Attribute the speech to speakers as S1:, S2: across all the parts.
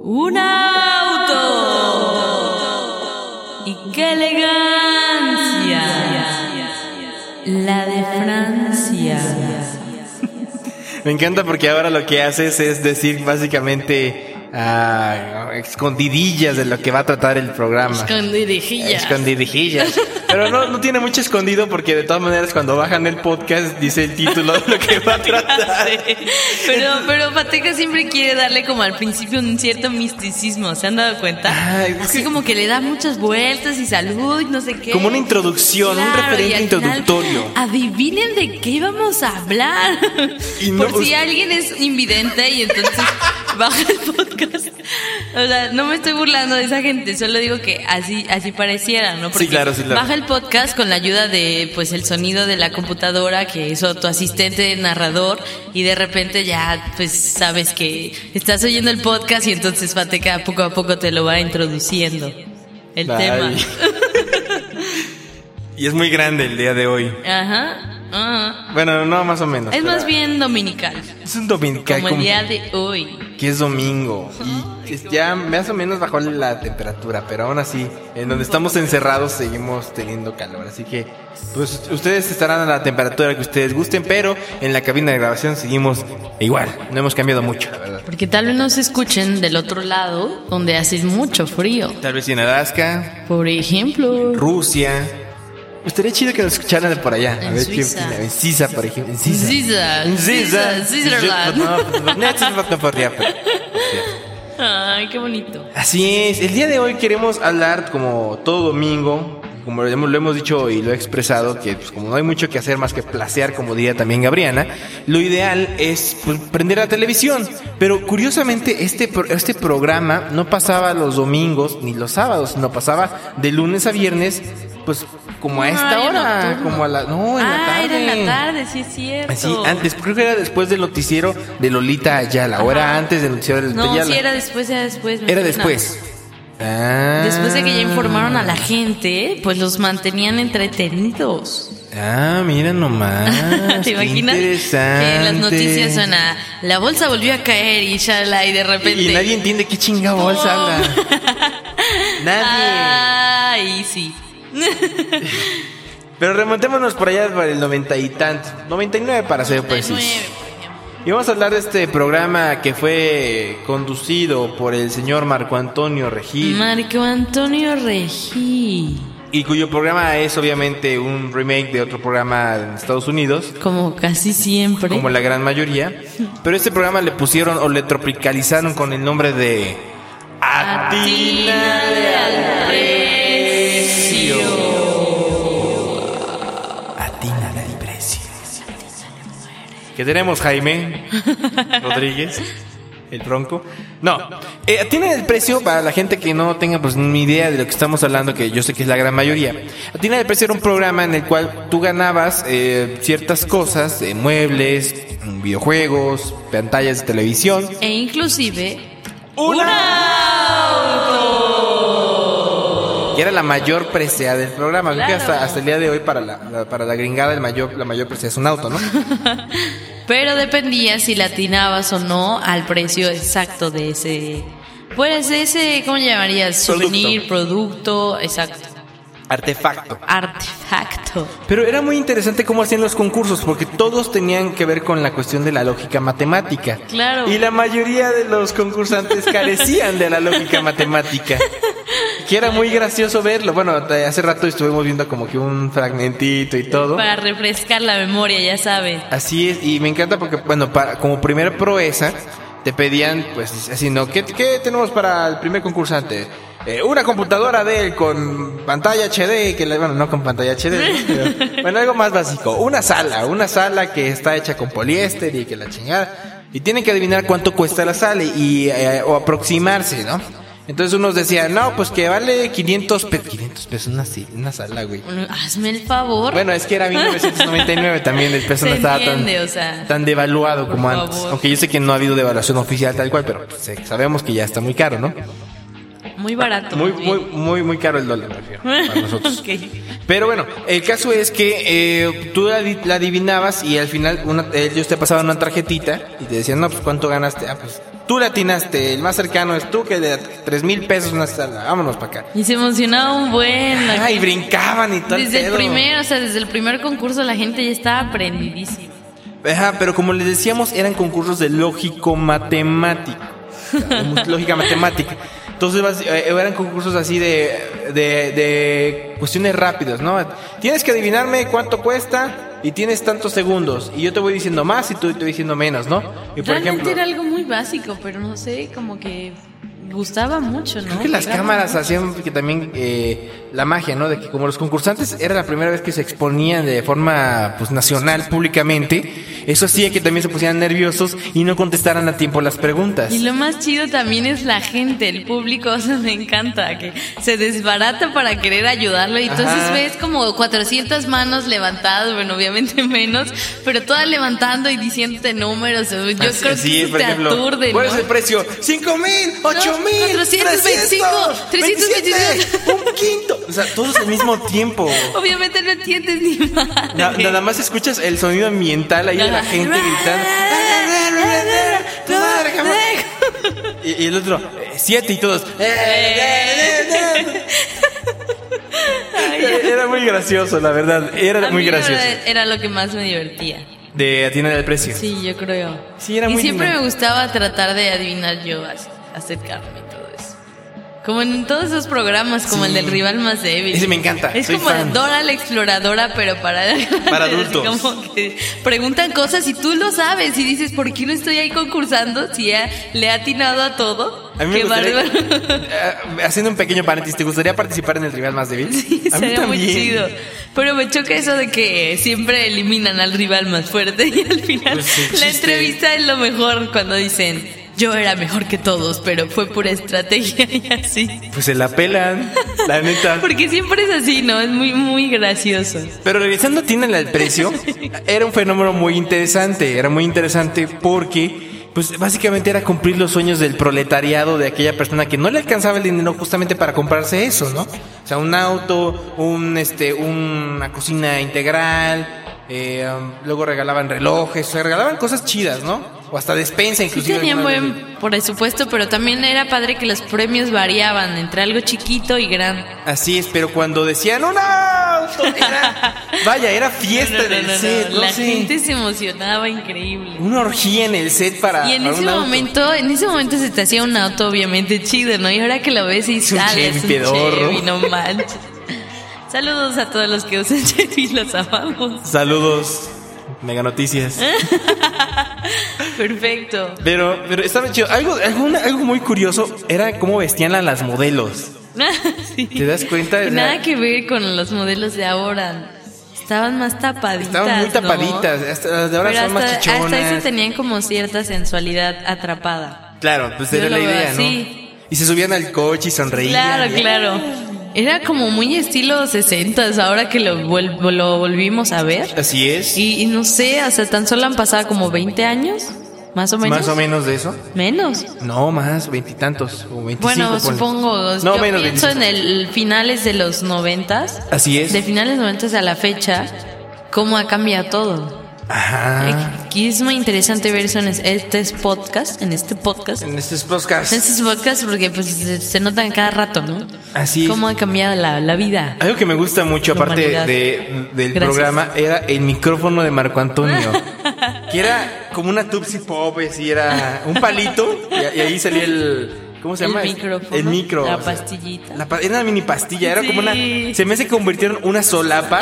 S1: Un auto y qué elegancia la de Francia.
S2: Me encanta porque ahora lo que haces es decir básicamente ah, escondidillas de lo que va a tratar el programa.
S1: Escondidijillas.
S2: Escondidijillas. Pero no, no tiene mucho escondido porque de todas maneras cuando bajan el podcast dice el título de lo que va a tratar.
S1: Pero, pero Pateca siempre quiere darle como al principio un cierto misticismo, ¿se han dado cuenta?
S2: Ay, es
S1: Así
S2: que-
S1: como que le da muchas vueltas y salud, no sé qué.
S2: Como una introducción, un referente
S1: y al final,
S2: introductorio.
S1: adivinen de qué vamos a hablar.
S2: Y no-
S1: Por si alguien es invidente y entonces baja el podcast. O sea, no me estoy burlando de esa gente, solo digo que así, así pareciera, ¿no? Porque
S2: claro, sí, claro.
S1: Baja el podcast con la ayuda de pues el sonido de la computadora que hizo tu asistente narrador y de repente ya pues sabes que estás oyendo el podcast y entonces Pateca poco a poco te lo va introduciendo el
S2: Ay.
S1: tema.
S2: Y es muy grande el día de hoy.
S1: Ajá. ajá.
S2: Bueno, no, más o menos.
S1: Es
S2: pero
S1: más bien dominical,
S2: Es un dominical
S1: como el
S2: como-
S1: día de hoy.
S2: que es domingo y es- ya más o menos bajó la temperatura, pero aún así, en donde estamos encerrados seguimos teniendo calor, así que pues ustedes estarán a la temperatura que ustedes gusten, pero en la cabina de grabación seguimos igual, no hemos cambiado mucho, la verdad.
S1: Porque tal vez nos escuchen del otro lado donde hace mucho frío.
S2: Tal vez en Alaska,
S1: Por ejemplo,
S2: Rusia. Estaría chido que nos escucharan de por allá.
S1: En Suiza.
S2: opinan. En Suiza, por ejemplo. En Suiza.
S1: Ziza,
S2: En Suiza.
S1: Ziza, Switzerland.
S2: Yo- no, no, no, no, no podría, pero-
S1: Ay, qué bonito.
S2: Así es, el día de hoy queremos hablar como todo domingo, como lo hemos, lo hemos dicho y lo he expresado, que pues, como no hay mucho que hacer más que placear, como diría también Gabriana, lo ideal es pues, prender la televisión. Pero curiosamente este, pro- este programa no pasaba los domingos ni los sábados, sino pasaba de lunes a viernes, pues como a esta
S1: Ay, en
S2: hora,
S1: nocturno.
S2: como a la... No, en la
S1: Ah,
S2: tarde.
S1: era en la tarde, sí es cierto.
S2: Sí, antes, creo que era después del noticiero de Lolita Ayala, o era
S1: Ajá.
S2: antes del noticiero de Lolita
S1: No,
S2: Ayala.
S1: sí era después, era después. me suena.
S2: Era después. Ah.
S1: Después de que ya informaron a la gente, pues los mantenían entretenidos.
S2: Ah, mira nomás.
S1: ¿Te imaginas? Que
S2: Ah, Interesante.
S1: en las noticias suena, la bolsa volvió a caer y shala, y de repente...
S2: Y nadie entiende qué chingado bolsa
S1: ¡Pum!
S2: habla.
S1: Ah.
S2: Nadie.
S1: Ay, sí.
S2: Pero remontémonos por allá para el noventa y tanto. 99 para ser
S1: De
S2: precisos.
S1: nueve, por ejemplo.
S2: Y vamos a hablar de este programa que fue conducido por el señor Marco Antonio Regil.
S1: Marco Antonio Regí.
S2: y cuyo programa es obviamente un remake de otro programa en Estados Unidos.
S1: Como casi siempre.
S2: como la gran mayoría. Pero este programa le pusieron o le tropicalizaron con el nombre de Atínale al precio. Atínale al precio. ¿Qué tenemos, Jaime Rodríguez? El tronco. No, eh, Atínale al precio para la gente que no tenga pues ni idea de lo que estamos hablando, que yo sé que es la gran mayoría. Atínale al precio era un programa en el cual tú ganabas eh, ciertas cosas, eh, muebles, videojuegos, pantallas de televisión.
S1: E inclusive...
S2: Y era la mayor presea del programa. Creo que
S1: Claro.
S2: hasta, hasta el día de hoy para la, la- para la gringada el mayor, la mayor presea es un auto, ¿no?
S1: Pero dependía si latinabas o no al precio exacto de ese. Pues de ese, ¿cómo llamarías?
S2: Producto.
S1: Souvenir, producto, exacto.
S2: Artefacto.
S1: Artefacto.
S2: Pero era muy interesante cómo hacían los concursos, porque todos tenían que ver con la cuestión de la lógica matemática.
S1: Claro.
S2: Y la mayoría de los concursantes carecían de la lógica matemática. Que era muy gracioso verlo. Bueno, t- hace rato estuvimos viendo como que un fragmentito y todo.
S1: Para refrescar la memoria, ya sabes.
S2: Así es, y me encanta porque, bueno, para, como primera proeza, te pedían, pues, así, ¿no? ¿Qué, qué tenemos para el primer concursante? Eh, una computadora de él con pantalla HD, que la- bueno, no con pantalla HD, pero, bueno, algo más básico. Una sala, una sala que está hecha con poliéster y que la chingada. Y tienen que adivinar cuánto cuesta la sal y, eh, o aproximarse, ¿no? Entonces unos decían, no, pues que vale 500 pesos. 500 pesos una, si- una sala, güey.
S1: Hazme el favor.
S2: Bueno, es que era 1999 también, el peso
S1: Se
S2: no estaba
S1: entiende,
S2: tan,
S1: o sea,
S2: tan devaluado como
S1: por
S2: antes.
S1: favor.
S2: Aunque yo sé que no ha habido devaluación oficial tal cual, pero pues, eh, sabemos que ya está muy caro, ¿no?
S1: muy barato.
S2: Muy,
S1: bien.
S2: muy, muy, muy caro el dólar, me refiero, para nosotros.
S1: Ok.
S2: Pero bueno, el caso es que eh, tú la, adi- la adivinabas y al final una- ellos te pasaban una tarjetita y te decían, no, pues ¿cuánto ganaste? Ah, pues tú la atinaste, el más cercano es tú que le da tres mil pesos una sala, vámonos para acá.
S1: Y se emocionaba un buen. la
S2: Ah, y brincaban y todo.
S1: Desde el
S2: pedo.
S1: primer, o sea, desde el primer concurso la gente ya estaba aprendidísima.
S2: Ajá, pero como les decíamos, eran concursos de lógico-matemático. Lógica matemática. Entonces vas- eh, eran concursos así de, de, de cuestiones rápidas, ¿no? Tienes que adivinarme cuánto cuesta y tienes tantos segundos. Y yo te voy diciendo más y tú te voy diciendo menos, ¿no? Y por
S1: Realmente
S2: ejemplo,
S1: era algo muy básico, pero no sé, como que gustaba mucho, ¿no?
S2: creo que las
S1: Era-
S2: cámaras hacían que también eh, la magia, ¿no? De que como los concursantes era la primera vez que se exponían de forma pues, nacional públicamente, eso hacía que también se pusieran nerviosos y no contestaran a tiempo las preguntas.
S1: Y lo más chido también es la gente, el público, o sea, me encanta, que se desbarata para querer ayudarlo y entonces
S2: Ajá.
S1: ves como 400 manos levantadas, bueno, obviamente menos, pero todas levantando y diciéndote números, o sea, yo
S2: Así-
S1: creo
S2: así
S1: que
S2: es,
S1: eso te aturde,
S2: ¿Cuál
S1: ¿no?
S2: es el precio? ¡Cinco mil! ¡Ocho mil!
S1: ¡425!
S2: ¡300! ¡27! ¡Un quinto! O sea, todos al mismo tiempo.
S1: Obviamente no entiendes ni más.
S2: Na- nada más escuchas el sonido ambiental ahí de la
S1: Ajá.
S2: gente gritando. ¡Tu madre, jamás! Y, y el otro, eh, siete y todos. eh. Era muy gracioso, la verdad. Era
S1: A
S2: muy
S1: mí, la verdad,
S2: gracioso.
S1: Era lo que más me divertía.
S2: De Atienda del Precio.
S1: Sí, yo creo.
S2: Sí, era
S1: y
S2: muy
S1: siempre
S2: lindo.
S1: me gustaba tratar de adivinar yo, así, acercarme y todo eso. Como en todos esos programas, como
S2: Sí.
S1: el del rival más débil.
S2: Ese me encanta,
S1: Es
S2: soy
S1: como
S2: fan.
S1: Dora la exploradora, pero para,
S2: Para
S1: así
S2: adultos.
S1: Como que preguntan cosas y tú lo sabes y dices, ¿por qué no estoy ahí concursando si ya le ha atinado a todo?
S2: A mí me
S1: Qué
S2: gustaría-
S1: bárbaro.
S2: Eh, Haciendo un pequeño paréntesis, ¿te gustaría participar en el rival más débil?
S1: Sí,
S2: A mí
S1: sería muy
S2: también.
S1: chido. Pero me choca eso de que siempre eliminan al rival más fuerte y al final
S2: Pues el
S1: la
S2: chiste.
S1: entrevista es lo mejor cuando dicen yo era mejor que todos, pero fue pura estrategia y así.
S2: Pues se la pelan, la neta.
S1: Porque siempre es así, ¿no? Es muy, muy gracioso.
S2: Pero regresando a Tienda al precio, era un fenómeno muy interesante. Era muy interesante porque, pues básicamente era cumplir los sueños del proletariado de aquella persona que no le alcanzaba el dinero justamente para comprarse eso, ¿no? O sea, un auto, un, este, una cocina integral. eh, um, luego regalaban relojes, o sea, regalaban cosas chidas, ¿no? O hasta despensa,
S1: Sí
S2: inclusive.
S1: tenían
S2: alguna vez.
S1: buen presupuesto, pero también era padre que los premios variaban entre algo chiquito y grande.
S2: Así es, pero cuando decían un auto, era- vaya, era fiesta
S1: No, no,
S2: en el
S1: no, no,
S2: set, no
S1: La
S2: sé.
S1: gente se emocionaba increíble.
S2: Una orgía en el set para.
S1: Y en
S2: para
S1: ese
S2: un auto.
S1: momento, en ese momento se te hacía un auto obviamente chido, ¿no? Y ahora que lo ves y
S2: Es
S1: dices,
S2: un
S1: "Ah,
S2: Chevy
S1: es un
S2: pedorro".
S1: Chevy, no manches. Saludos a todos los que usan Chevy, los amamos.
S2: Saludos, mega noticias.
S1: Perfecto.
S2: Pero, pero estaba chido. Algo, alguna- algo muy curioso era cómo vestían a las modelos.
S1: Sí.
S2: ¿Te das cuenta?
S1: Y
S2: O sea,
S1: Nada que ver con los modelos de ahora. Estaban más tapaditas.
S2: Estaban muy
S1: ¿no?
S2: tapaditas. hasta las de ahora
S1: Pero
S2: son más
S1: hasta,
S2: chichonas.
S1: hasta eso tenían como cierta sensualidad atrapada.
S2: Claro, pues
S1: Yo
S2: era
S1: lo
S2: la
S1: veo
S2: idea, ¿no?
S1: así.
S2: Y se subían al coche y sonreían.
S1: Claro,
S2: y-
S1: claro. Era como muy estilo 60 ahora que lo, vuel- lo volvimos a ver.
S2: Así es.
S1: Y, y no sé, o sea, tan solo han pasado como 20 años, más o menos.
S2: Más o menos de eso.
S1: Menos.
S2: No, más, veintitantos o veinticinco.
S1: Bueno,
S2: ponle.
S1: supongo.
S2: pues. No,
S1: yo
S2: menos
S1: pienso
S2: 25.
S1: en el finales de los 90
S2: Así es.
S1: de finales 90 a la fecha, cómo ha cambiado todo.
S2: Ajá.
S1: Y es muy interesante ver eso en es- este podcast, en este podcast.
S2: En estos
S1: En
S2: podcasts.
S1: estos podcasts porque pues se, se notan cada rato, ¿no?
S2: Así es.
S1: Cómo ha cambiado la, la vida.
S2: Algo que me gusta mucho, aparte
S1: Humanidad.
S2: de- del
S1: Gracias.
S2: programa, era el micrófono de Marco Antonio. que era como una Tupsi Pop, así era un palito. Y, y ahí salía el. ¿Cómo se
S1: El
S2: llama?
S1: micrófono,
S2: El micro.
S1: la
S2: o sea,
S1: pastillita.
S2: la pa- era una mini pastilla, era como una.
S1: Sí.
S2: Se me hace que convirtieron una solapa.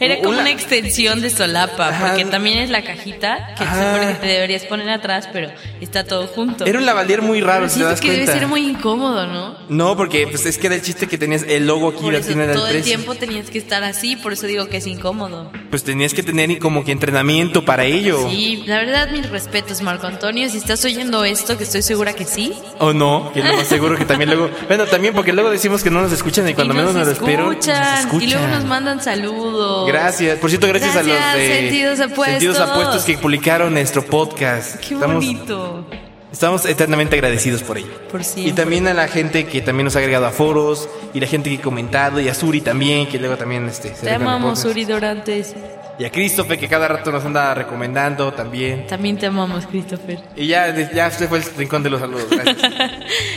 S1: Era como
S2: Una-
S1: una extensión de solapa,
S2: Ajá.
S1: porque también es la cajita que
S2: Ajá.
S1: se supone que te deberías poner atrás, pero está todo junto.
S2: Era un lavalier muy raro, si te
S1: Siento
S2: das
S1: que
S2: cuenta.
S1: debe ser muy incómodo, ¿no?
S2: No, porque pues, es que era el chiste que tenías el logo aquí
S1: Por
S2: la
S1: eso
S2: tienda del
S1: todo el
S2: precio.
S1: tiempo tenías que estar así, por eso digo que es incómodo.
S2: Pues tenías que tener como que entrenamiento para ello.
S1: Sí, la verdad, mis respetos, Marco Antonio. Si estás oyendo esto, que estoy segura que sí.
S2: O no, que lo más seguro que también luego. Bueno, también porque luego decimos que no nos escuchan y cuando
S1: y
S2: menos nos lo espero. nos
S1: Y luego
S2: escuchan.
S1: nos mandan saludos.
S2: Gracias, por cierto, gracias, a los
S1: Gracias,
S2: de
S1: Sentidos Apuestos.
S2: Sentidos Apuestos que publicaron nuestro podcast.
S1: Qué
S2: estamos,
S1: bonito.
S2: estamos eternamente agradecidos por ello.
S1: Por
S2: Y
S1: siempre.
S2: también a la gente que también nos ha agregado a foros y la gente que ha comentado y a Suri también, que luego también este, se
S1: Te
S2: ve con el
S1: amamos,
S2: podcast.
S1: Uri Dorantes.
S2: Y a Christopher que cada rato nos anda recomendando también.
S1: También te amamos, Christopher.
S2: Y ya, ya se fue el rincón de los saludos, gracias.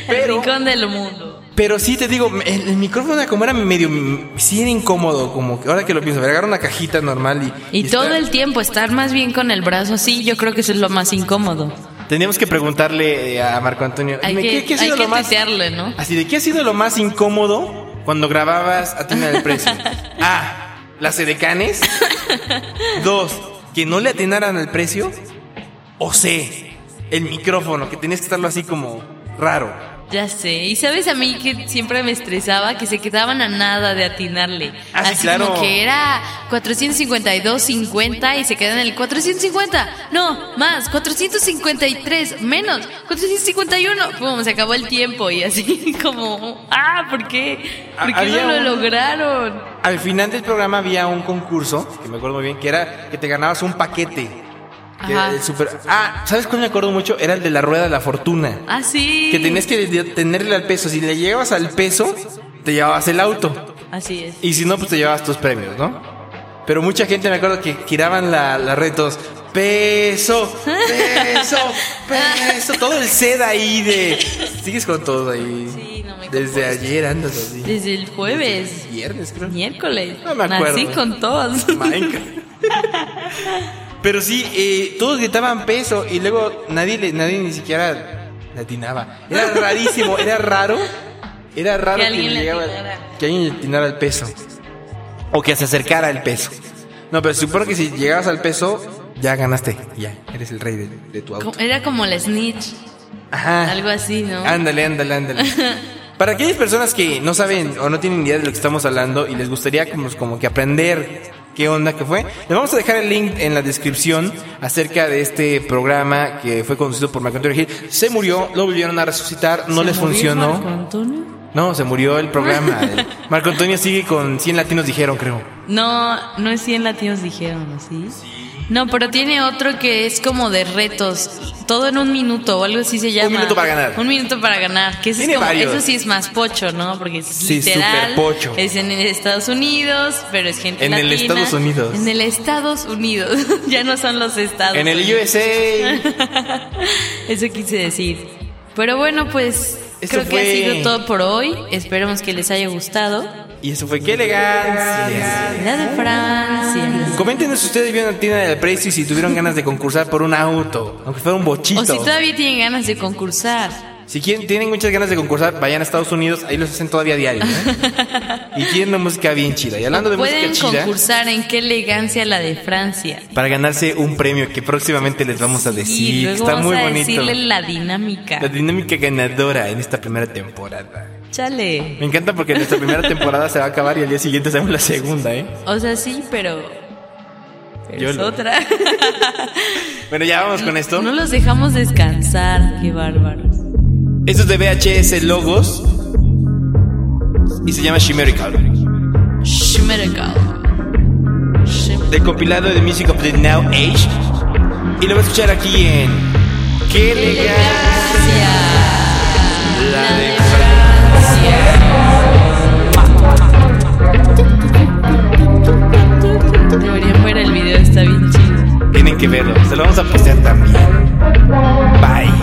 S2: Pero-
S1: El rincón del mundo.
S2: Pero sí te digo, el, el micrófono era como era medio, sí era incómodo, como que ahora que lo pienso, agarrar una cajita normal y...
S1: Y todo
S2: está-
S1: el tiempo estar más bien con el brazo así, yo creo que eso es lo más incómodo.
S2: Tendríamos que preguntarle eh, a Marco Antonio,
S1: Hay
S2: dime,
S1: que,
S2: ¿qué, qué ha
S1: hay
S2: sido
S1: que
S2: lo más...
S1: tuitearle, ¿no?
S2: Así de, ¿qué ha sido lo más incómodo cuando grababas a Tina del Precio? A, las edecanes. Dos, que no le atinaran al precio. O C, el micrófono, que tenías que estarlo así como raro.
S1: Ya sé. Y sabes a mí que siempre me estresaba que se quedaban a nada de atinarle.
S2: Ah, sí,
S1: Así
S2: claro.
S1: como que era 452.50 y se quedan en el 450. No, más, 453, menos, 451. Pum, se acabó el tiempo y así como, ah, ¿por qué?
S2: Ha-
S1: ¿Por qué
S2: había
S1: no lo
S2: un-
S1: lograron?
S2: Al final del programa había un concurso, que me acuerdo muy bien, que era que te ganabas un paquete. Que era
S1: Ajá.
S2: el super- Ah, ¿sabes cuál me acuerdo mucho? Era el de la rueda de la fortuna.
S1: Ah, sí.
S2: Que tenías que de- tenerle al peso. Si le llegabas al peso, te llevabas el auto.
S1: Así es.
S2: Y si no, pues te llevabas tus premios, ¿no? Pero mucha gente me acuerdo que giraban la, la red todos, peso, peso, peso, todo el sed ahí de... Sigues con todo ahí.
S1: Sí, no me
S2: Desde
S1: comporto.
S2: ayer andas así.
S1: Desde el jueves,
S2: Viernes, creo.
S1: miércoles.
S2: No me acuerdo.
S1: Así con todos.
S2: Minecraft. Pero sí, eh, todos gritaban peso y luego nadie, le- nadie ni siquiera latinaba. Era rarísimo, era raro. Era raro que,
S1: alguien
S2: le
S1: le
S2: llegaba-
S1: atinara.
S2: que alguien le atinara al peso. O que se acercara al peso. No, pero supongo que si llegabas al peso, ya ganaste. Ya, eres el rey de, de tu auto.
S1: Como- Era como la snitch,
S2: Ajá.
S1: algo así, ¿no?
S2: Ándale, ándale, ándale. Para aquellas personas que no saben o no tienen idea de lo que estamos hablando y les gustaría como, como que aprender qué onda que fue, les vamos a dejar el link en la descripción acerca de este programa que fue conducido por Marco Antonio Gil. Se murió, lo volvieron a resucitar, no
S1: ¿Se
S2: les
S1: murió
S2: funcionó.
S1: Marco Antonio?
S2: No, se murió el programa. El- Marco Antonio sigue con 100 latinos, dijeron, creo.
S1: No, no es 100 latinos dijeron, ¿así? No, pero tiene otro que es como de retos, todo en un minuto o algo así se llama.
S2: minuto para ganar.
S1: Un minuto para ganar, que eso, es
S2: Tiene
S1: como-
S2: varios.
S1: eso sí es más pocho, ¿no? Porque es
S2: Sí,
S1: literal.
S2: súper pocho.
S1: Es en Estados Unidos, pero es gente
S2: En el
S1: latina.
S2: Estados Unidos.
S1: En el Estados Unidos, ya no son los estados.
S2: En el USA.
S1: Eso quise decir. Pero bueno, pues
S2: Esto
S1: creo que
S2: fue-
S1: ha sido todo por hoy. Esperemos que les haya gustado.
S2: Y eso fue, qué elegancia.
S1: La de Francia.
S2: Coméntenos si ustedes vieron la tienda del precio y si tuvieron ganas de concursar por un auto, aunque fuera un bochito.
S1: O si todavía tienen ganas de concursar.
S2: Si quieren, tienen muchas ganas de concursar, vayan a Estados Unidos, ahí los hacen todavía diario. ¿eh? y tienen una música bien chida. Y hablando de música
S1: Pueden
S2: chida,
S1: concursar en qué elegancia la de Francia.
S2: para ganarse un premio que próximamente les vamos a decir,
S1: y
S2: que
S1: luego
S2: está
S1: vamos
S2: muy
S1: a
S2: bonito.
S1: decirle la dinámica.
S2: La dinámica ganadora en esta primera temporada.
S1: Chale.
S2: Me encanta porque nuestra primera temporada se va a acabar y al día siguiente hacemos la segunda, ¿eh?
S1: O sea, sí, pero. pero
S2: Yo
S1: es
S2: lo-
S1: otra.
S2: Bueno, ya vamos con esto.
S1: No los dejamos descansar. Qué bárbaros.
S2: Esto es de VHS Logos y se llama Shimerical.
S1: Schmerical.
S2: del compilado de Music of the Now Age. Y lo voy a escuchar aquí en. ¡Qué elegancia! La de
S1: Deberían ver el video, está bien chido.
S2: Tienen que verlo. Se lo vamos a postear también. Bye.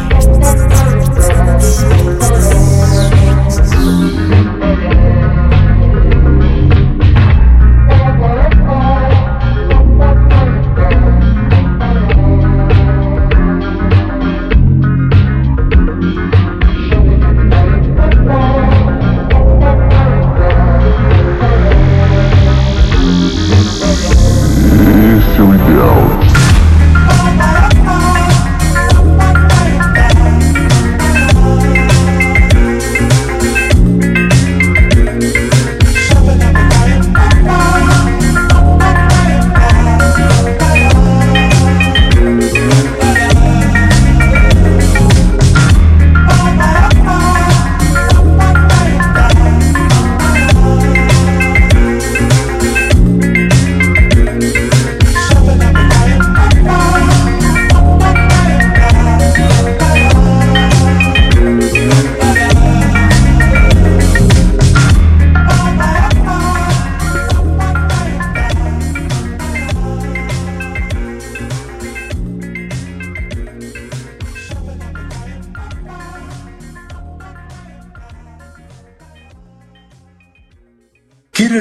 S3: ¿Quiere